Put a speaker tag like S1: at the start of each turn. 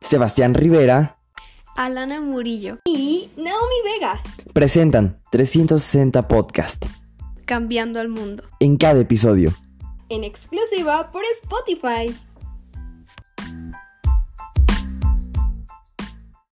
S1: Sebastián Rivera
S2: Alana Murillo y Naomi Vega.
S1: presentan 360 Podcast
S2: Cambiando al mundo.
S1: en cada episodio.
S2: En exclusiva por Spotify.